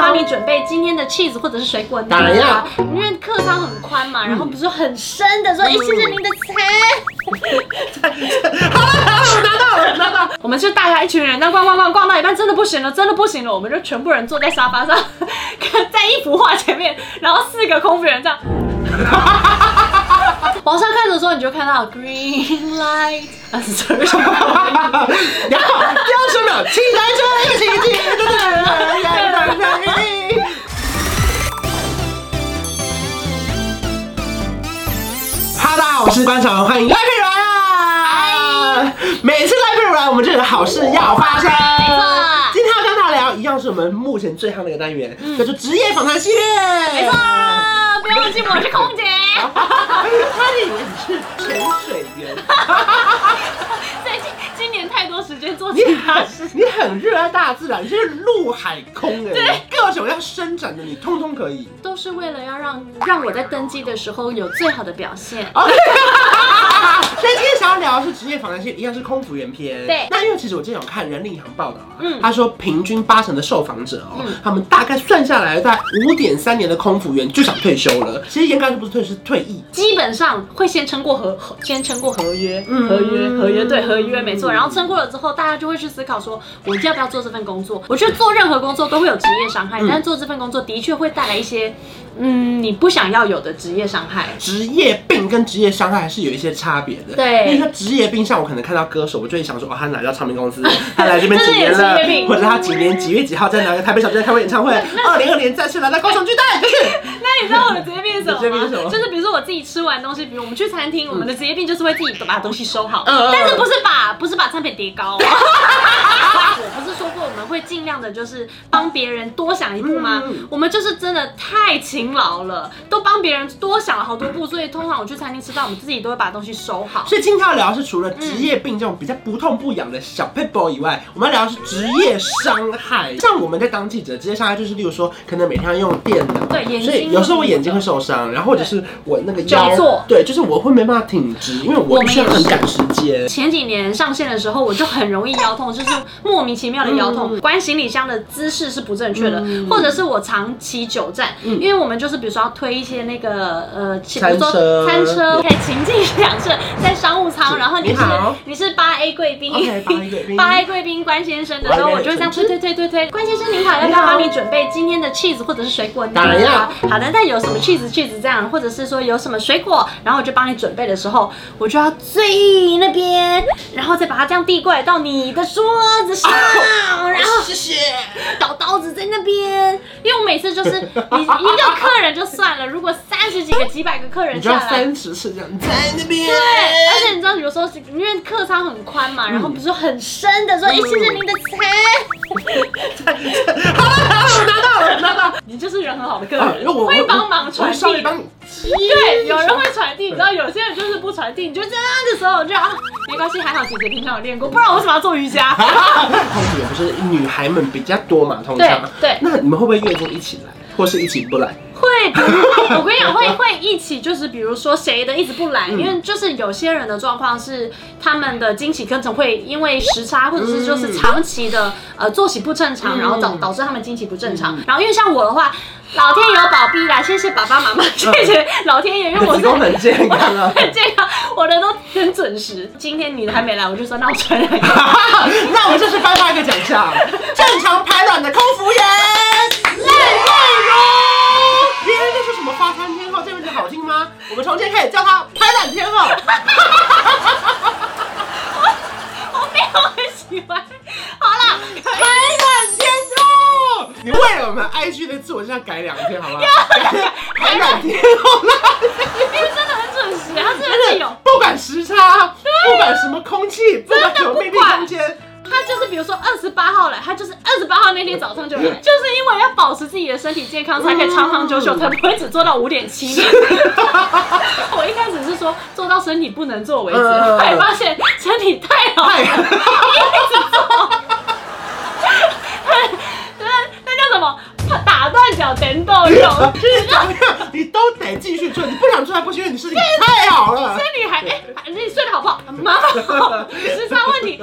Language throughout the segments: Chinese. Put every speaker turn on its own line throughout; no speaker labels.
帮你准备今天的 cheese 或者是水果泥
当然要
啊，因为客舱很宽嘛，然后不是很深的说，哎、先生您的餐， 我们是大家一群人，但逛逛逛逛到一半真的不行了，真的不行了，我们就全部人坐在沙发上， 看在一幅画前面，然后四个空服人这样。 往上看的时候，你就看到 green light，啊， 是这个什么？
然后第二十秒，起来追，起起，对哈喽，大家好，我是观潮，欢迎赖佩软啊！每次赖佩软，我们就有好事要发生。没
错
今天要跟大家聊，一样是我们目前最夯的一个单元，叫做职业访谈系列。没错。
啊， 不要忘记我是空姐，
他以为你是潜水员，
最近今年太多时间做
你
其他
很
事。
你很热爱大自然，你是陆海空哎，
对，
各种要伸展的你通通 可以。
都是为了要让让我在登机的时候有最好的表现。
OK，所以哦今天想要聊的是职业访谈系，一样是空服员篇。
对
那因为其实我之前有看人力银行报道啊，
嗯
他说平均八成的受访者哦、
嗯
他们大概算下来在五点三年的空服员就想退休了。其实严格来说不是退休，是退役。
基本上会先撑过合，合先撑过合约，
嗯
合约，合约，对，合约没错。
嗯
然后撑过了之后，大家就会去思考说，我要不要做这份工作？我觉得做任何工作都会有职业伤害，
嗯
但是做这份工作的确会带来一些，嗯，你不想要有的职业伤害。
职业病跟职业伤害还是有一些差别的。
对
因为他职业病，像我可能看到歌手，我就会想说，哦，他哪家唱片 公司，他来这边几
真的有
年了
职业，病
或者他几年几月几号在哪个台北小巨蛋开过演 唱会，二零二年再次来到高雄巨蛋，就是
那你知道我的职业病是什
你的职业
么
病
吗？
是什么嗯
就是比如说我自己吃完东西，比如我们去餐厅，我们的职业病就是会自己把东西收好，
嗯嗯嗯
但是不是把不是把餐盘叠 高、哦我不是说过我们会尽量的，就是帮别人多想一步吗？
嗯
我们就是真的太勤劳了，都帮别人多想了好多步，所以通常我去餐厅吃饭，我们自己都会把东西收好。
所以今天要聊的是除了职业病这种比较不痛不痒的小 people 以外，我们要聊的是职业伤害。像我们在当记者，职业伤害就是例如说，可能每天要用电脑，
对眼睛
所以有时候我眼睛会受伤，然后或者是我那个
久坐
腰，对，就是我会没办法挺直，因为
我
我
们
必须
也
很
是
赶时间。
前几年上线的时候，我就很容易腰痛，就是莫名其妙的腰
嗯
痛。关行李箱的姿势是不正确的，或者是我长期久站，因为我们就是比如说要推一些那个呃，比如
餐车
说餐车，对，情境两侧在商务 舱，然后你
你
是
好
你是八 A 贵宾
OK，八 A 贵宾
八 A 贵宾关先生的时候，
我要
我就会这样
给
推
你
推推推推，关先生您好，要不要帮你准备今天的 cheese 或者是水果泥？
当然要
好的，那有什么 cheese cheese 这样，或者是说有什么水果，然后我就帮你准备的时候，我就要最那边，然后再把它这样递过来到你的桌子上，
啊
然后
谢谢。
倒刀子在那边，因为我每次就是你一个客人就算了，如果三十几个、几百个客人
你就要
下来。
三十次这样在那边。
对，而且你知道，有时候是因为客舱很宽
嗯
嘛，然后不是很深的，说，哎、先生您的 餐，
拿到了，拿到了。
你就是人很好的客
啊
人，会帮忙传
我稍微
递。
帮你。
对，有人会传递，你知道，有些人就是不传递，你就这样的时候，我就啊，没关系，还好姐姐平常有练过，不然我为什么要做瑜伽？
啊通常也不是女孩们比较多嘛，通常。
对对
那你们会不会月经一起来，或是一起不来？
会，比如我跟你讲，会会一起，就是比如说谁的一直不来，因为就是有些人的状况是他们的经期可能会因为时差，或者是就是长期的呃作息不正常，然后导导致他们经期不正常。然后因为像我的话，老天有保庇啦，谢谢爸爸妈妈，谢谢老天爷，因为
你
我
的
是
子宫很健康 啊。
很健康，我的都很准时。今天你的还没来，我就说那我传染给你。
那我们这是颁发一个奖项，正常排卵的空服员赖佩荣。别人就说什么花山天后，这名字好听吗？我们从今天开始叫她排卵天后。
我没有很喜欢。好啦，
排卵天后，你为了我们 IG 的自我介绍改两天，好 不好？排卵天后啦，
因为真的很准时，他真的有。
不管时差，不管什么空气，不管什么密闭空间，
他就是比如说二十八号来，他就是二十八号那天早
嗯
上就来，就是因为要保持自己的身体健康，才可以长长久久，才不会只做到五点 七年。我一开始是说做到身体不能做为止，
嗯
后来发现身体太好了，一
太
直做。 那那叫什么？打断脚等斗用，
就是怎么样， 你都得继续做，你不想出来不行，因为你身体太好了。
哦 那你还哎、你睡得好不好？蛮好，时差问题。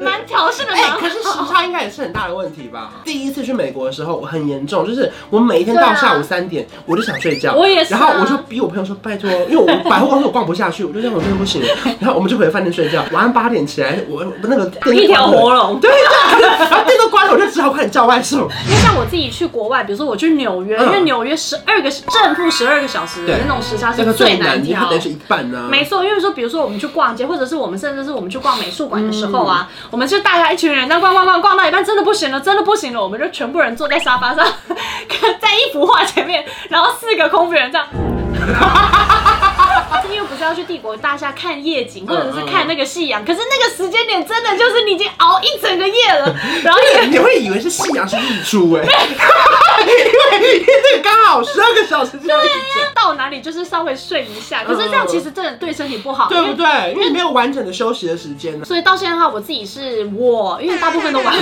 蛮调试的
哎、
蛮
可是时
好。
差应该也是很大的问题吧？第一次去美国的时候，我很严重，就是我每一天到下午
对啊
三点，我就想睡觉。
我也是啊
然后我就逼我朋友说，拜托，因为我百货公司我逛不下去，我就这样我真的 不行了。然后我们就回饭店睡觉，晚上八点起来，我我那个店
一条
关了
活 龙
对对，然后店都关了，我就只好快点叫外送。
因为像我自己去国外，比如说我去纽约，
嗯
因为纽约十二个正负十二个小时的
对
那种时差
这
是
个
最
最
难
难，因为它
调
等于。是一半呢、
没错，因为说，比如说我们去逛街，或者是我们甚至是我们去逛美术馆的时候啊，
嗯
我们就大家一群人在逛逛逛，逛到一半真的不行了，真的不行了，我们就全部人坐在沙发上， 看在一幅画前面，然后四个空服 人这样。因为不是要去帝国大厦看夜景，或者是看那个夕阳，可是那个时间点真的就是你已经熬一整个夜了，然后也
你会以为是夕阳是日出哎、 因为因为这个刚好十二个小时就要一整
到哪里就是稍微睡一下，可是这样其实真的嗯对身体不好，
对
因为
不对？因为你没有完整的休息的时间 呢、
所以到现在的话，我自己是我，因为大部分都玩，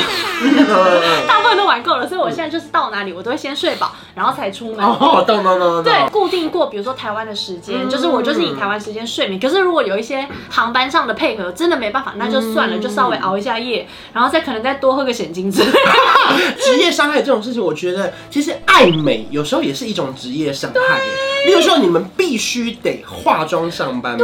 嗯
大部分都玩够了，所以我现在就是到哪里我都会先睡饱，然后才出门。
哦，懂懂懂懂。
对，固定过，比如说台湾的时间，就是我就是以台湾时间睡眠。可是如果有一些航班上的配合，真的没办法，那就算了，就稍微熬一下夜，然后再可能再多喝个显金之类的。
职业伤害这种事情，我觉得其实爱美有时候也是一种职业伤害耶。例如说，你们必须得化妆上班吧？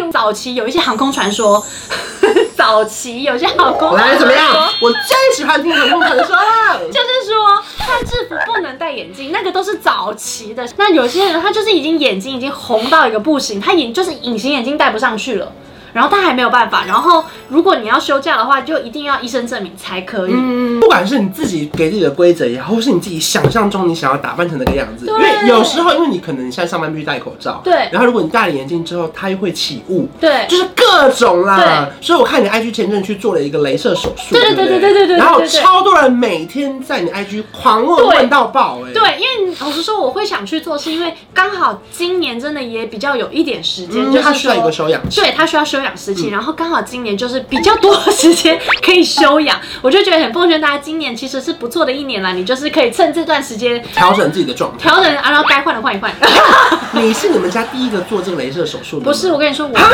对 早期有一些航空传说， 早期有些航空
来，怎么
传说
样？我最喜欢听人工传说了。
就是说，看制服不能戴眼镜，那个都是早期的。那有些人他就是已经眼睛已经红到一个不行，他眼就是隐形眼镜戴不上去了，然后他还没有办法。然后如果你要休假的话，就一定要医生证明才可以。
嗯，不管是你自己给自己的规则也好，或是你自己想象中你想要打扮成那个样子，因
对
为有时候因为你可能你现在上班必须戴口罩，
对
然后如果你戴了眼镜之后，它又会起雾，
对
就是各种啦。所以我看你 IG 前阵去做了一个镭射手术，
对对
不
对对对对对
然后
对对
超多人每天在你 IG 狂问
对
问到爆，哎，
对，因为老实说，我会想去做，是因为刚好今年真的也比较有一点时间，
嗯，
就是
他需要一
说
个休嗯养期。
对他需要休养时期，然后刚好今年就是比较多的时间可以休养，我就觉得很奉劝大家，今年其实是不错的一年啦，你就是可以趁这段时间
调整自己的状 态。
调整，啊然后该换的换一 换。
你是你们家第一个做这个镭射手术的吗？
不是，我跟你说，我
啊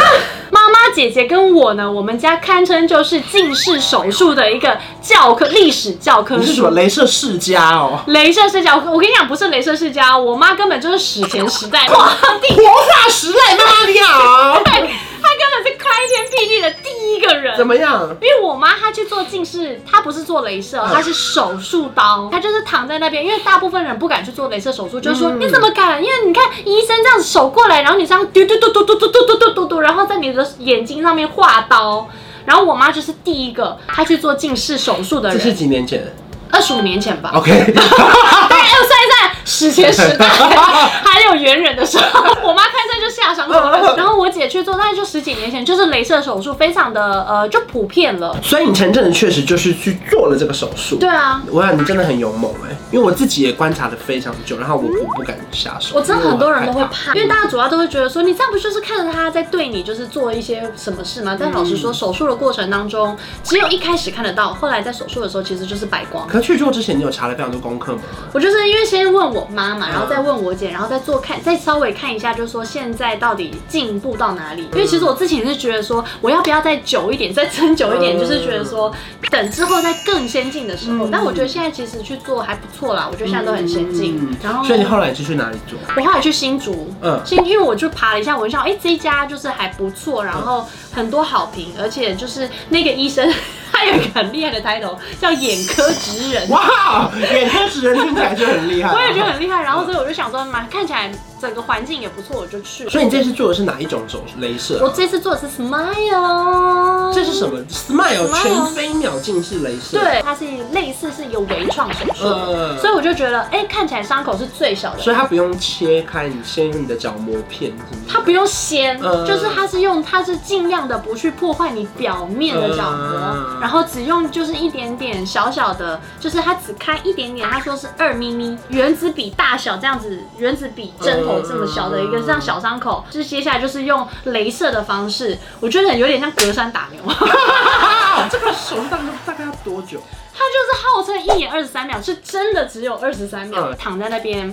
妈妈、姐姐跟我呢，我们家堪称就是近视手术的一个教科历史教科
你是什
书
么。镭射世家哦？
镭射世家，我跟你讲，不是镭射世家，我妈根本就是史前时代皇 帝，
活化石类妈妈你好，
她根本是开天辟地的第一个人
怎。么样？
因为我妈她去做近视，她不是做镭
嗯
射，她是手术刀，她就是躺在那边。因为大部分人不敢去做镭射手术，就是说、
嗯
你怎么敢？因为你看医生这样手过来，然后你这样嘟嘟嘟嘟嘟嘟嘟嘟嘟嘟嘟，然后在你的眼睛上面划刀。然后我妈就是第一个，她去做近视手术的
这是哦
人，
几年前
二十五年前吧。
？OK，
对，哎，我算一算，史前时代还有猿人的时候，我妈看这就吓伤 了。然后我姐去做，大概就十几年前，就是镭射手术，非常的呃，就普遍了。
所以你前阵子确实就是去做了这个手术。
对，啊，
我想你真的很勇猛哎、因为我自己也观察的非常久，然后我我不敢下手。
我知道很多人都会
因为我
怕，因为大家主要都会觉得说，你这样不就是看着他在对你就是做一些什么事吗？但老实
嗯
说，手术的过程当中，只有一开始看得到，后来在手术的时候其实就是白光
很怕。。可去做之前，你有查了非常多功课吗？
我就是因为先问我妈
嗯
嘛，然后再问我姐，然后再做看，再稍微看一下，就是说现在到底进步到哪
嗯
里？因为其实我之前是觉得说，我要不要再久一点，再撑久一点，
嗯
就是觉得说等之后再更先进的时候。但我觉得现在其实去做还不错啦，我觉得现在都很先进。然后
嗯所以你后来是去哪里做？
我后来去新竹，
嗯
嗯，新因为我就爬了一下，我就想，哎、这一家就是还不错，然后很多好评，而且就是那个医生， 他有一个很厉害的 title 叫眼科职人，
哇，眼科职人听起来就很厉害。啊
我也觉得很厉害。然后所以我就想说，嘛，看起来整个环境也不错，我就去了。
所以你这次做的是哪一种手术？镭射啊
我？这次做的是 Smile，
这是什么？Smile
Smile
全飞秒近视镭射。。
对，它是类似是一个微创手术，
嗯
所以我就觉得，哎、看起来伤口是最小的，
所以它不用切开，你先用你的角膜片，是不是？
它不用掀，
嗯
就是它是用，它是尽量的不去破坏你表面的角膜，
嗯
然后只用就是一点点小小的，就是它只开一点点，他说是二咪咪原子笔大小这样子，原子笔针头这么小的一个
嗯
这样小伤口，就是接下来就是用镭射的方式，我觉得有点像隔山打牛，它
啊，这个手术大概大概要多久？
就是号称一眼二十三秒，是真的只有二十三秒，
嗯
躺在那边。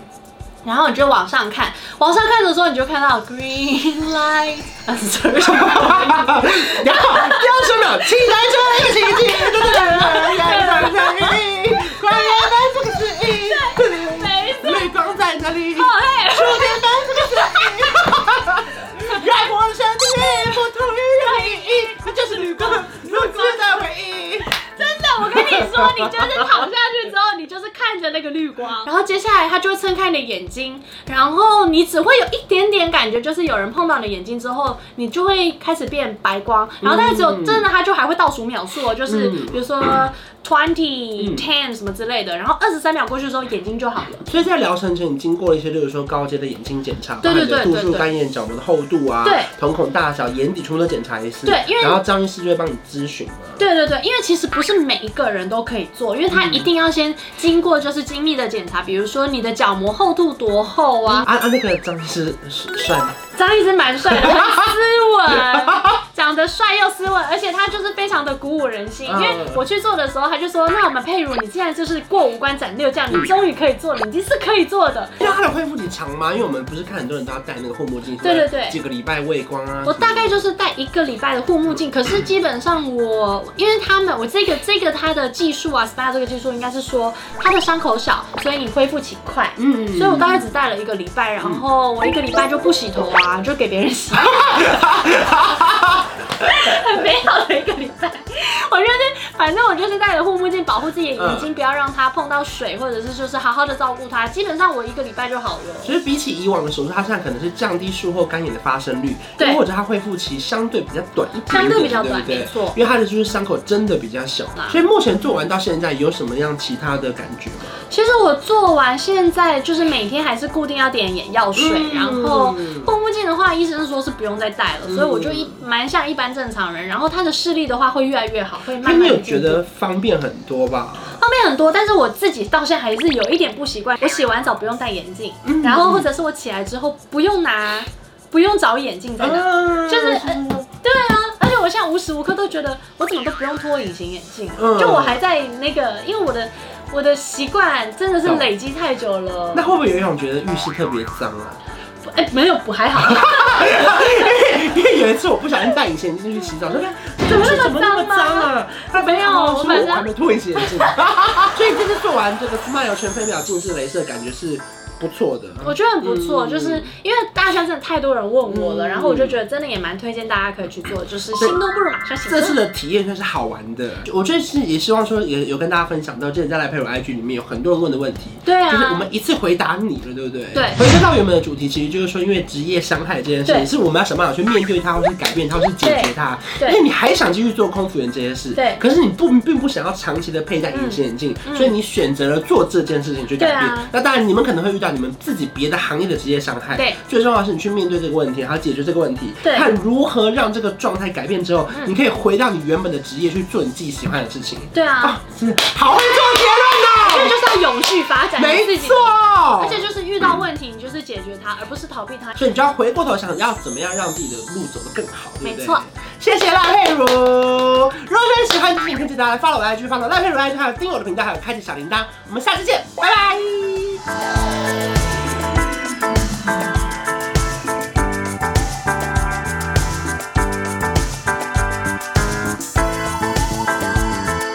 然后你就往上看，往上看的时候，你就看到 green light，啊， 这为什么？
然后第二十秒，起来追，一起进，对对对对对对，快来这个是一，
没错，
泪光在哪里？
好累，
秋天的这个是一，让我的身体不同于人意，那就是旅光，如此的回忆。
真的，我跟你说，你就是躺下去之后，你就是看着那个绿光， 然后接下来它就会撑开你的眼睛，然后你只会有一点点感觉，就是有人碰到你的眼睛之后，你就会开始变白光，然后但是只有
嗯
真的它就还会倒数秒数，哦，就是
嗯
比如说 twenty ten 什么之类的，然后二十三秒过去之后，眼睛就好了。
所以在疗程前，你经过了一些，例如说高阶的眼睛检查，
对对对
把你的度
对
数、
对
干眼角膜的厚度啊，
对
瞳孔大小、眼底全部都检查一次。
对因为
然后张医师就会帮你咨询啊。
对对对，因为其实不是每一个人都可以做，因为他一定要先经过就是精密的检查，比如说你的角膜厚度多厚啊，
啊啊，那个张医师是帅吗？
张医师蛮帅的，很斯文，长得帅又斯文，而且他就是非常的鼓舞人心。因
嗯
为我去做的时候，他就说：“那我们佩如，你既然就是过五关斩六将，你终于可以做了，你是可以做的。
那他的恢复期长吗？因为我们不是看很多人都要戴那个护目镜，
对对对
几个礼拜畏光啊”。
我大概就是戴一个礼拜的护目镜，可是基本上我，因为他们我这个这个他的技术啊，SPA 这个技术应该是说他的伤口小，所以你恢复期快。
嗯，
所以我大概只戴了一个礼拜，然后我一个礼拜就不洗头啊，就给别人 洗，很美好的一个礼拜。我就是，反正我就是戴着护目镜保护自己的
嗯
眼睛，不要让它碰到水，或者是就是好好的照顾它。基本上我一个礼拜就好了。
所以比起以往的手术，它现在可能是降低术后干眼的发生率，
对
因为我觉得它恢复期相对比较短一点点，
相对比较短
对不对
没错
因为它的就是伤口真的比较小
啊，
所以目前做完到现在有什么样其他的感觉吗？
其实我做完现在就是每天还是固定要点眼药水，
嗯
然后护目镜的话，医生说是不用再戴了，所以我就一蛮像一般正常人。然后他的视力的话会越来越好，会
他
慢慢
没有
地
觉
进步
得方便很多吧？
方便很多，但是我自己到现在还是有一点不习惯。我洗完澡不用戴眼镜，
嗯
然后或者是我起来之后不用拿，不用找眼镜在哪。
嗯，
就是呃对啊，而且我现在无时无刻都觉得我怎么都不用脱隐形眼镜啊、
嗯
就我还在那个，因为我的我的习惯真的是累积太久了
那。会不会有一种觉得浴室特别脏啊？
哎、没有不还好，
因为有一次我不小心戴隐形眼镜去洗 澡，说哎这个怎么那么脏啊？他
没有我本身
还没脱隐形眼镜， 所以这次做完这个 Smile 全飞秒近视雷射，感觉是不错的。
我觉得很不错，
嗯
就是因为大家真的太多人问我了，
嗯
然后我就觉得真的也蛮推荐大家可以去做，就是心动不如马上行动。
这次的体验算是好玩的，我这次也希望说也有跟大家分享到，之前在来陪我 IG 里面有很多人问的问题，
对啊，
就是我们一次回答你了，对不对？
对
回归到原本的主题，其实就是说，因为职业伤害这件事情，
对
是我们要想办法去面对它，或是改变它，或是解决它。
对对
因为你还想继续做空服员这件事，
对
可是你不并不想要长期的佩戴隐形眼镜，
嗯
所以你选择了做这件事情去改变。
对啊
那当然，你们可能会遇到你们自己别的行业的职业伤害。
对。
最重要的是你去面对这个问题，然后解决这个问题，
对
看如何让这个状态改变之后，
嗯
你可以回到你原本的职业去做你自己喜欢的事情。
对啊，
啊，真的好会做
因
结论哦
为！就是要永续发展，
没
自己
错，，
而且就是遇到问题，你就是解决它，而不是逃避它。
所以你就要回过头想，要怎么样让自己的路走得更好，对不对？
没错。
谢谢赖佩如。如果真的喜欢今天的影片，记得来 follow 我的 IG，follow 赖佩如 IG，还有订阅我的频道，还有开启小铃铛。我们下期见，拜拜。